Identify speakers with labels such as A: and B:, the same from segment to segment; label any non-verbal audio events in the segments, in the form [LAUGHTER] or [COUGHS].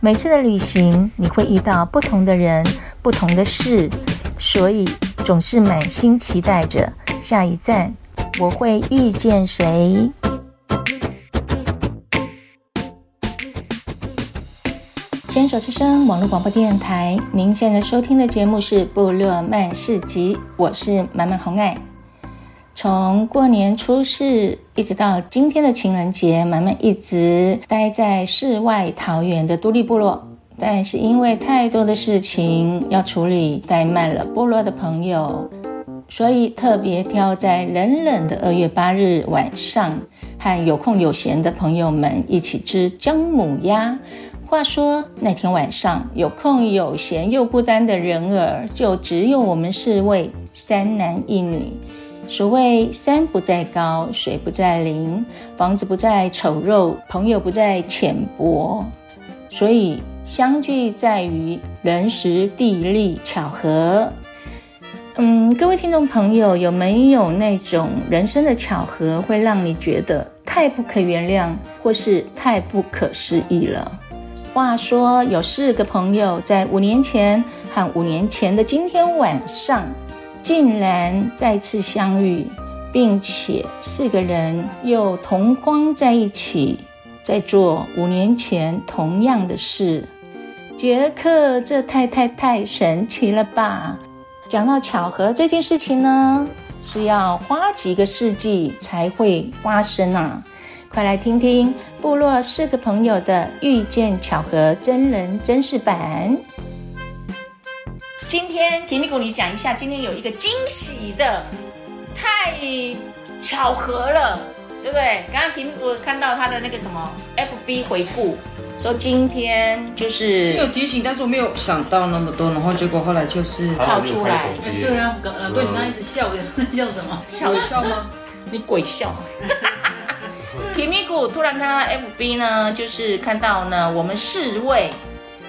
A: 每次的旅行，你会遇到不同的人、不同的事，所以总是满心期待着下一站我会遇见谁。牵手之声网络广播电台，您现在收听的节目是《部落漫市集》，我是满满红爱。从过年初四一直到今天的情人节，满满一直待在世外桃源的都立部落，但是因为太多的事情要处理，怠慢了部落的朋友，所以特别挑在冷冷的二月八日晚上，和有空有闲的朋友们一起吃姜母鸭。话说那天晚上，有空有闲又孤单的人儿，就只有我们四位，三男一女。所谓山不在高，水不在灵，房子不在丑陋，朋友不在浅薄。所以相聚在于人时地利巧合。嗯，各位听众朋友，有没有那种人生的巧合会让你觉得太不可原谅，或是太不可思议了？话说，有四个朋友在五年前和五年前的今天晚上，竟然再次相遇，并且四个人又同框在一起，在做五年前同样的事。杰克，这太太太神奇了吧！讲到巧合这件事情呢，是要花几个世纪才会发生啊！快来听听部落四个朋友的遇见巧合真人真事版。今天甜蜜谷，你讲一下，今天有一个惊喜的，太巧合了，对不对？刚刚甜蜜谷看到他的那个什么 FB 回顾，说今天就是
B: 有提醒，但是我没有想到那么多，然后结果后来就是
C: 跑出来
D: 对啊，刚呃，对你刚刚一
E: 嗯
D: 直笑，我想笑什么？
B: 有效吗？
C: 你鬼笑。甜蜜谷突然看到 FB 呢，就是看到呢，我们四位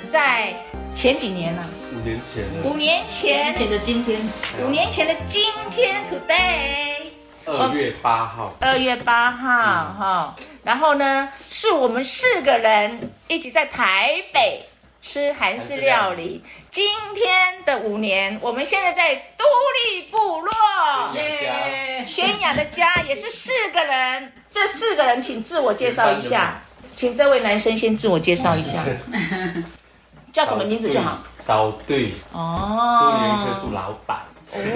C: 在前几年呢、啊
E: 五年前的
C: 五年前，
D: 写的今天，
C: 五年前的今天，today，
E: 二月八号，
C: 二月八号哈、然后呢，是我们四个人一起在台北吃韩式料理。今天的五年，我们现在在都立部落。
E: 耶
C: 泫雅的家也是四个人，这四个人请自我介绍一下，请这位男生先自我介绍一下，叫什么名字就好。
E: 少对，多年一棵
C: 哦，
E: 树老板，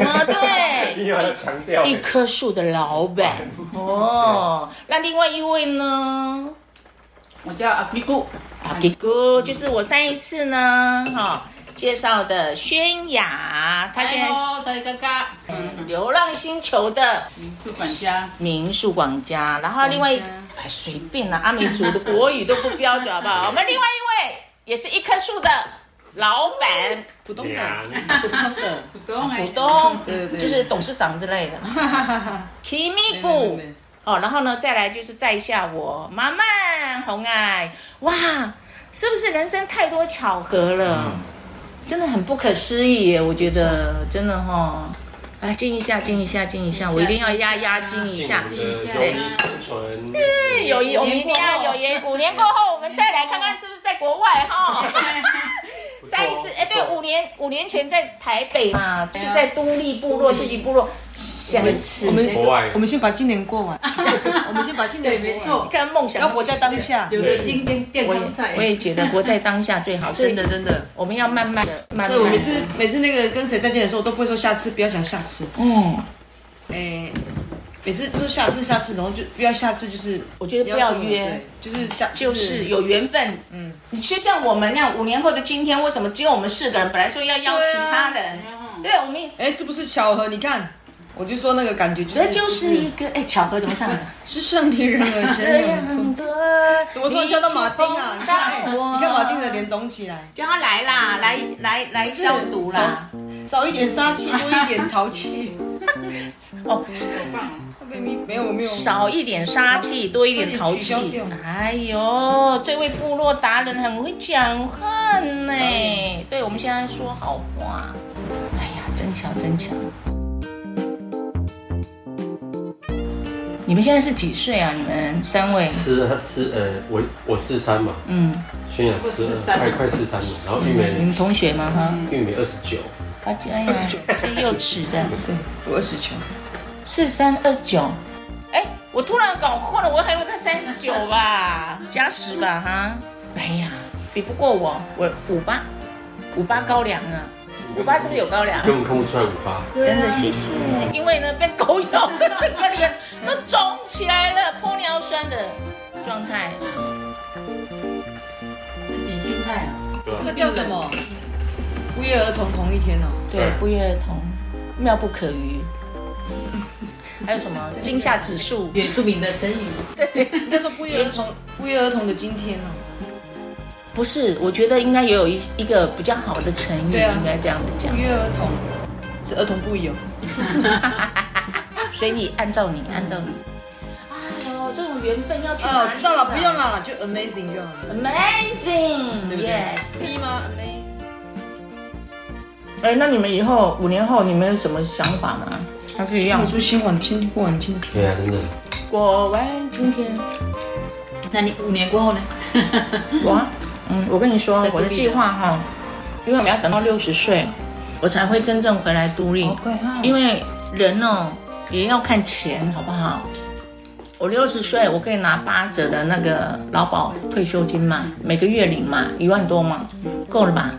C: 啊，对，
E: 要强调
C: 一棵树的老板。哦，那另外一位呢？
D: 我叫阿咪姑，
C: 啊，给哥，就是我上一次呢，哈、介绍的宣雅，她现在
D: 哦，
C: 是
D: 大家嘎，嗯，
C: 流浪星球的
D: 民宿管家，
C: 民宿管家，然后另外一
D: 管家
C: 哎随便啦、阿美族的国语都不标准，好不 [LAUGHS] 好？我们另外一位也是一棵树的老 [LAUGHS] 板
B: 普通的，
E: 娘，
B: 啊普通的，
D: 股东哎，
C: 股东，
B: 对对对
C: 就是董事长之 [LAUGHS] 类的。Kimi
B: 没
C: 谷
B: 没没
C: 哦，然后呢，再来就是在下我妈妈红爱，哇，是不是人生太多巧合了？真的很不可思议耶，我觉得真的哈、来静一下，静一下，静一下，我一定要压压惊一下。
E: 我们的友谊长存，
C: 有一，我们一定要有一。五年过后，我们再来看看是不是在国外
B: [LAUGHS]
C: 哈。
E: 不错
C: 上一次，哎，对，五年五年前在台北嘛，是在都立部落自己部落，想吃
B: 我们
E: 国外
B: 我们先把今年过完，我们先把今
D: 对，
B: 年
D: 没
B: 过完，
D: 错，
C: 看梦想
B: 要活在当下。
D: 有个今天健
C: 我
D: 康菜
C: 也，我也觉得活在当下最好，真
B: 真
C: 的
B: [LAUGHS] 的，真的，
C: 我们要慢慢的，慢慢
B: 所
C: 地。
B: 以我每次每次那个跟谁再见的时候，我都不会说下次，不要讲下次，
C: 嗯，
B: 哎，每次说下次下次，然后就不要下次，就是
C: 我觉得不要
B: 说
C: 约
B: 对就是下
C: 就是有缘分。嗯，你就像我们那样，五年后的今天，为什
B: 啊
C: 么只有我们四个人？本来说要邀其他人，对，我们
B: 哎，是不是巧合？你看，我就说那个感觉就是
A: 这就是一个哎，巧合怎么唱的？
B: 是上天人的
A: 这
B: 真 [LAUGHS] 的。
A: 样多，
B: 怎么突然跳到马丁啊？你看，哎
A: 我
B: 你看马丁的脸肿起来，
A: 叫他来啦，来来来消毒啦。
B: 少一点杀气，多一点淘气。 [LAUGHS]
A: 哦，
B: 没有，我没有。
A: 少一点杀气，多一点淘
B: 少一
A: 气
B: 点取消掉。
A: 哎呦，这位部落达人很会讲话呢。对，我们现在说好话。哎呀，真巧，真巧。你们现在是几岁啊？你们三位？
E: 十二十呃，我我四三嘛，
A: 嗯，
E: 宣雅十
F: 我
E: 二，
F: 43
E: 快快四三了，然后玉
A: 你
E: 梅
A: 们同学吗？哈，
E: 玉梅二十九，
A: 啊，这哎呀，这幼齿的。
B: 对，我二十九。
A: 四三二九。哎，我突然搞混了，我还以为他三十九吧，加十吧哈。哎呀，比不过我，我五八，五八高粱啊，五八是不是有高粱？
E: 根本看不出来五八，
A: 真的谢谢，因为呢被狗咬的整个脸都肿起来了，玻尿酸的状态。
F: 自己心态啊。
E: 对吧
B: 这？个叫什么？不约而同同一天哦。
A: 对，不约而同，妙不可逾。还有什么惊吓指数？
F: 原住民的成语，
B: 应该说不约而 [LAUGHS] 同，不约而同的今天哦。
A: 不是，我觉得应该也有一一个比较好的成语，
B: 对啊
A: 应该这样的讲
B: 不。约而同是儿童不宜哦。
A: 所以你按照你，按照你。哎呦，这种缘分要去哪
B: 哦，
A: 里
B: 知道了，
A: 找
B: 不用。啦，就 amazing 就好了，对不
A: Amazing，
B: 对
A: yes。？
B: 是吗？amazing。
A: 哎，那你们以后五年后，你们有什么想法吗？还是一样
B: 我。说先晚先过完今天。
E: 对啊，真的，
A: 过完今天，
F: 那你五年过后呢？
A: 我啊，嗯，我跟你说
F: 在，独
A: 我
F: 立
A: 的计划哈，因为我们要等到六十岁，我才会真正回来独立。
B: 啊
A: 因为人哦，也要看钱，好不好？我六十岁，我可以拿八折的那个劳保退休金嘛，每个月领嘛，一万多嘛，够了吧？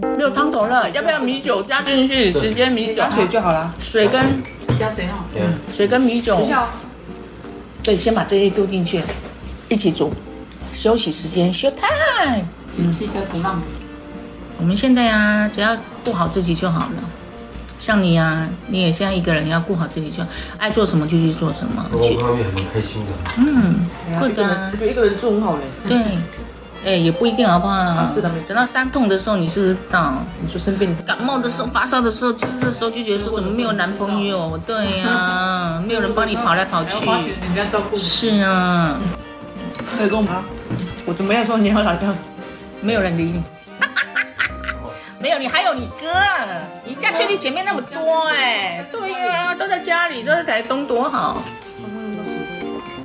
A: 没有汤头了，要不要米酒加进去？直接米酒，
B: 就好了。
A: 水跟
F: 加水哈，
E: 对啊，
A: 水跟米酒
F: 不，笑。
A: 对，先把这些丢进去，一起煮。休息时间，show time。
F: 选是一个不浪，
A: 我们现在啊，只要顾好自己就好了。像你啊，你也现在一个人要顾好自己就，爱做什么就去做什么
D: 嗯
E: 我
A: 去
E: 我。刚刚也蛮开心的，
A: 嗯，会的、啊。
G: 一个人住很好嘞，
A: 对，哎、也不一定好不好？
F: 啊
G: 是的没错
A: 等到伤痛的时候，你是知道；
G: 你说生病
A: 感冒的时候、发烧的时候，就是这时候就觉得说怎么没有男朋友？对呀、
F: [LAUGHS]
A: 没有人帮你跑来跑
F: 还要
A: 去。
F: 花钱人家照顾你。
A: 是啊，
G: 可以跟我们，我怎么样说你要打掉？
A: 没有人理 [LAUGHS] 你。没有你，还有你哥，你家兄弟姐妹那么多哎、对呀、 [LAUGHS] 都在家里，都在台东，多好。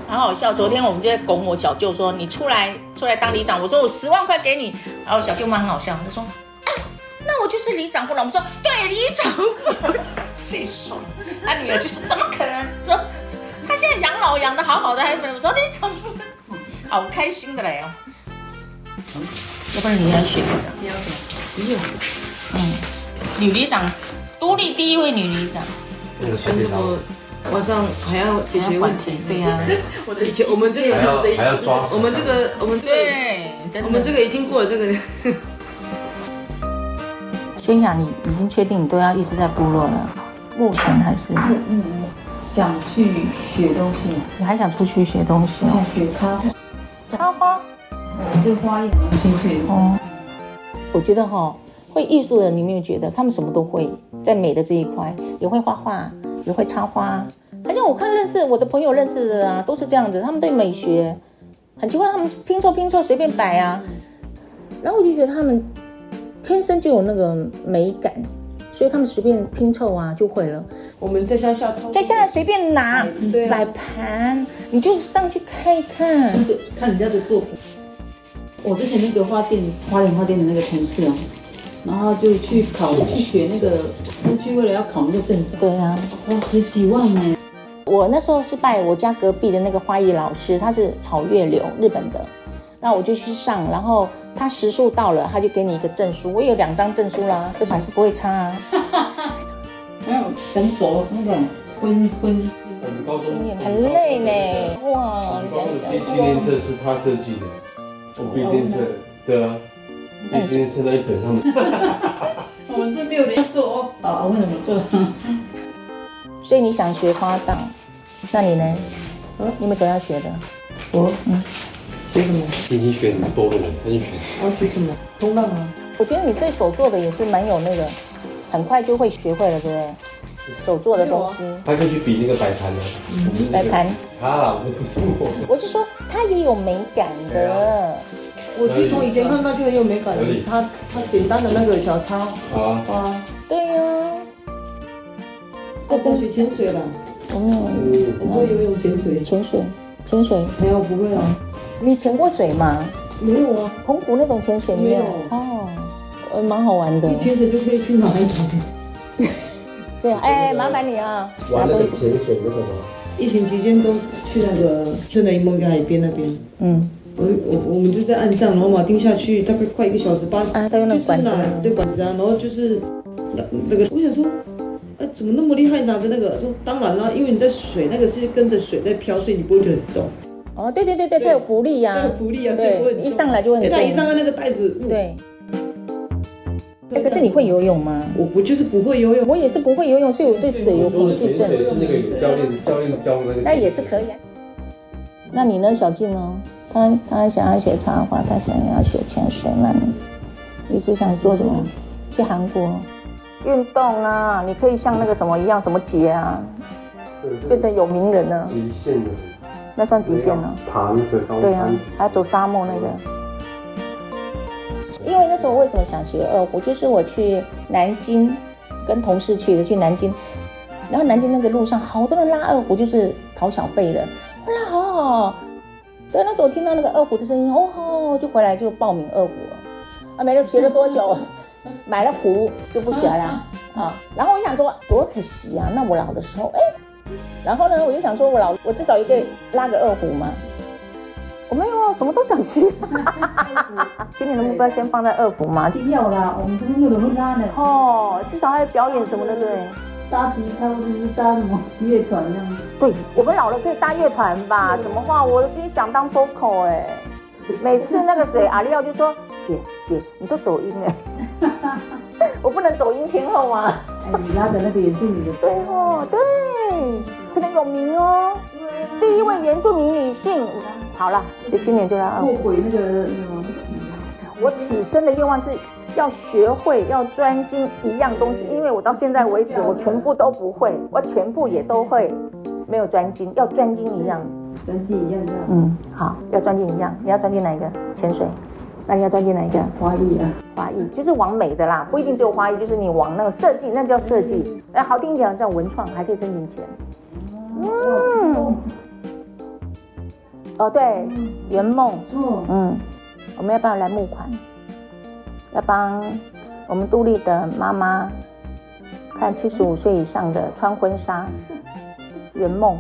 A: 好好笑，昨天我们就在拱我小舅说你出来出来当里长，我说我十万块给你，然后小舅妈很好笑，她说、 [COUGHS] 啊那我就是里长不了。我们说对里长不 [LAUGHS] 能，最爽。他啊女儿就是怎么可能？说他现在养老养的好好的，还是什么？我说里长不能，好开心的嘞哦。要不然你来选里长，
F: 你要什么？
A: 嗯女里长，独立第一位女里长，
E: 那个水被拉了，
G: 晚上还要解决问题，对呀、
F: 我的
G: 以前我们这
E: 还要
G: 个，
E: 还要抓，
G: 我们这，个，我们这个，
A: 对，真的
G: 我们这个已经过了这个。
H: 先雅，你已经确定你都要一直在部落了，目前还是嗯
I: 想去学东西，
H: 你还想出去学东西哦？
I: 想学插
H: 插花。
I: 我对花也蛮有兴趣的。
H: 哦，我觉得哈、会艺术的人，你没有觉得他们什么都会，在美的这一块也会画画，也会插花。好像我看认识我的朋友认识的啊，都是这样子，他们对美学很奇怪，他们拼凑拼凑随便摆啊。然后我就觉得他们天生就有那个美感，所以他们随便拼凑啊就会了。
G: 我们在乡下超，
H: 在下来随便拿
G: 对啊
H: 摆盘，你就上去看一看。
I: 对，看人家的作品。我之前那个花店，花莲花店的那个同事哦，然后就去考去学那个，他去为了要考那个证照，
H: 对啊，
I: 花十几万呢。
H: 我那时候是拜我家隔壁的那个花艺老师，他是草月流日本的，那我就去上，然后他时数到了，他就给你一个证书，我有两张证书啦，可是还是不会插啊。
I: 还有绳索那个婚婚，
E: 我们高中
H: 你嗯很累呢，哇，你
E: 我
H: 想
E: 们
H: 想
E: 毕，纪念册是他设计的，我毕竟是，对啊，毕竟是那一本上面，
F: 我
I: 我们这没有人要做哦，啊，为什么做？
A: 所以你想学花道，那你呢？嗯，你们想要学的？
J: 我嗯，学什么？
E: 你已经选很多了，他就选
J: 我学什么？冲浪啊。
A: 我觉得你对手做的也是蛮有那个，很快就会学会了，对不对？手做的东西，
E: 他可以去比那个摆盘的，我们是那
A: 摆
E: 个
A: 盘。
E: 他啦，我是不是我？
A: 我是说，它也有美感
E: 对
A: 的
E: 啊。
J: 我是从以前看到就很有美感
E: 合理
J: 的，他他简单的那个小抄
E: 啊，
J: 啊，
A: 对呀、
I: 大家学潜水了，
A: 我没有
E: 嗯，
I: 我会游泳潜水，
A: 潜水，潜水，
I: 没有不会啊，
A: 你潜过水吗？
I: 没有啊，
A: 澎湖那种潜水没有？
I: 没有
A: 哦，呃，蛮好玩的。
I: 潜水就可以去哪里玩？
A: 对，哎，麻烦你啊，
E: 玩那个潜水那个吗？
I: 疫情期间都去那个圣雷蒙海边那边，
A: 嗯，
I: 我我我们就在岸上，然后马丁下去大概快一个小时八，
A: 啊，他用那
I: 就
A: 个管
I: 是
A: 子吗，
I: 拿对管子啊，然后就是那那个，我想说，哎、怎么那么厉害拿着那个？说当然啦，因为你在水，那个是跟着水在飘，所以你不会觉得很重，
A: 哦，对对对对，它有
K: 嗯
A: 浮力呀、
I: 那个浮力啊，所以不会
A: 对，
I: 很
A: 一
I: 重
A: 上来就会很
I: 对他一上
A: 重。
I: 来那个袋子，嗯，
A: 对，哎，可是你会游泳吗？
I: 嗯我不就是不会游泳，
A: 我也是不会游泳，所以我对水有
E: 我说
A: 恐
E: 的
A: 惧
E: 潜
A: 症
E: 水。是那个有教练教练教那个，
A: 那也是可以啊。那你呢，小静呢？她她想要学插花，她想要学潜水，那你你是想做什么？去韩国嗯运动啊？你可以像那个什么一样，什么节啊，变成有名人呢？
E: 极限的，
A: 那算极限了。
E: 爬那个高
A: 对啊
E: 山，，
A: 还要走沙漠那个。因为那时候我为什么想学二胡，就是我去南京，跟同事去的，去南京，然后南京那个路上好多人拉二胡，就是讨小费的，哇，拉好好。对，那时候我听到那个二胡的声音，哦吼，就回来就报名二胡了，啊，没了，学了多久， [LAUGHS] 买了胡就不学了啊。然后我想说，多可惜啊，那我老的时候，哎，然后呢，我就想说我老，我至少也可以拉个二胡嘛。我没有啊，什么都想
K: [LAUGHS]
A: 学。今年的目标先放在二胡嘛，
K: 一定要啦，我们这边有人会拉呢，
A: 哦，至少还有表演什么的，对不对。
K: 搭吉他或者是搭什么乐团那样。
A: 对，我们老了可以搭乐团吧？什么话？我心想当 vocal 哎、每次那个谁阿利奥就说：“姐姐，你都走音哎、
K: [LAUGHS]
A: 我不能走音天后吗？
K: 哎，你拉的那个也是你的，
I: 啊
A: 对哦，对，可能有名哦。
K: 啊
A: 第一位原住民女性，好了，就今年就来二胡
K: 后悔那个什么，
A: 我此生的愿望是要学会，要专精一样东西，因为我到现在为止，我全部都不会，我全部也都会，没有专精，要专精一样。
K: 跟自己一样这样，
A: 嗯，好，要专精一样。你要专精哪一个？潜水。那你要专精哪一个？
K: 华裔啊，
A: 花艺，就是往美的啦，不一定只有花艺，就是你往那个设计，那叫设计。那好听一点叫文创，还可以申请钱。嗯，哦对，圆梦。
K: 哦，
A: 嗯，我们要不要来募款？要帮我们杜丽的妈妈看七十五岁以上的穿婚纱圆梦，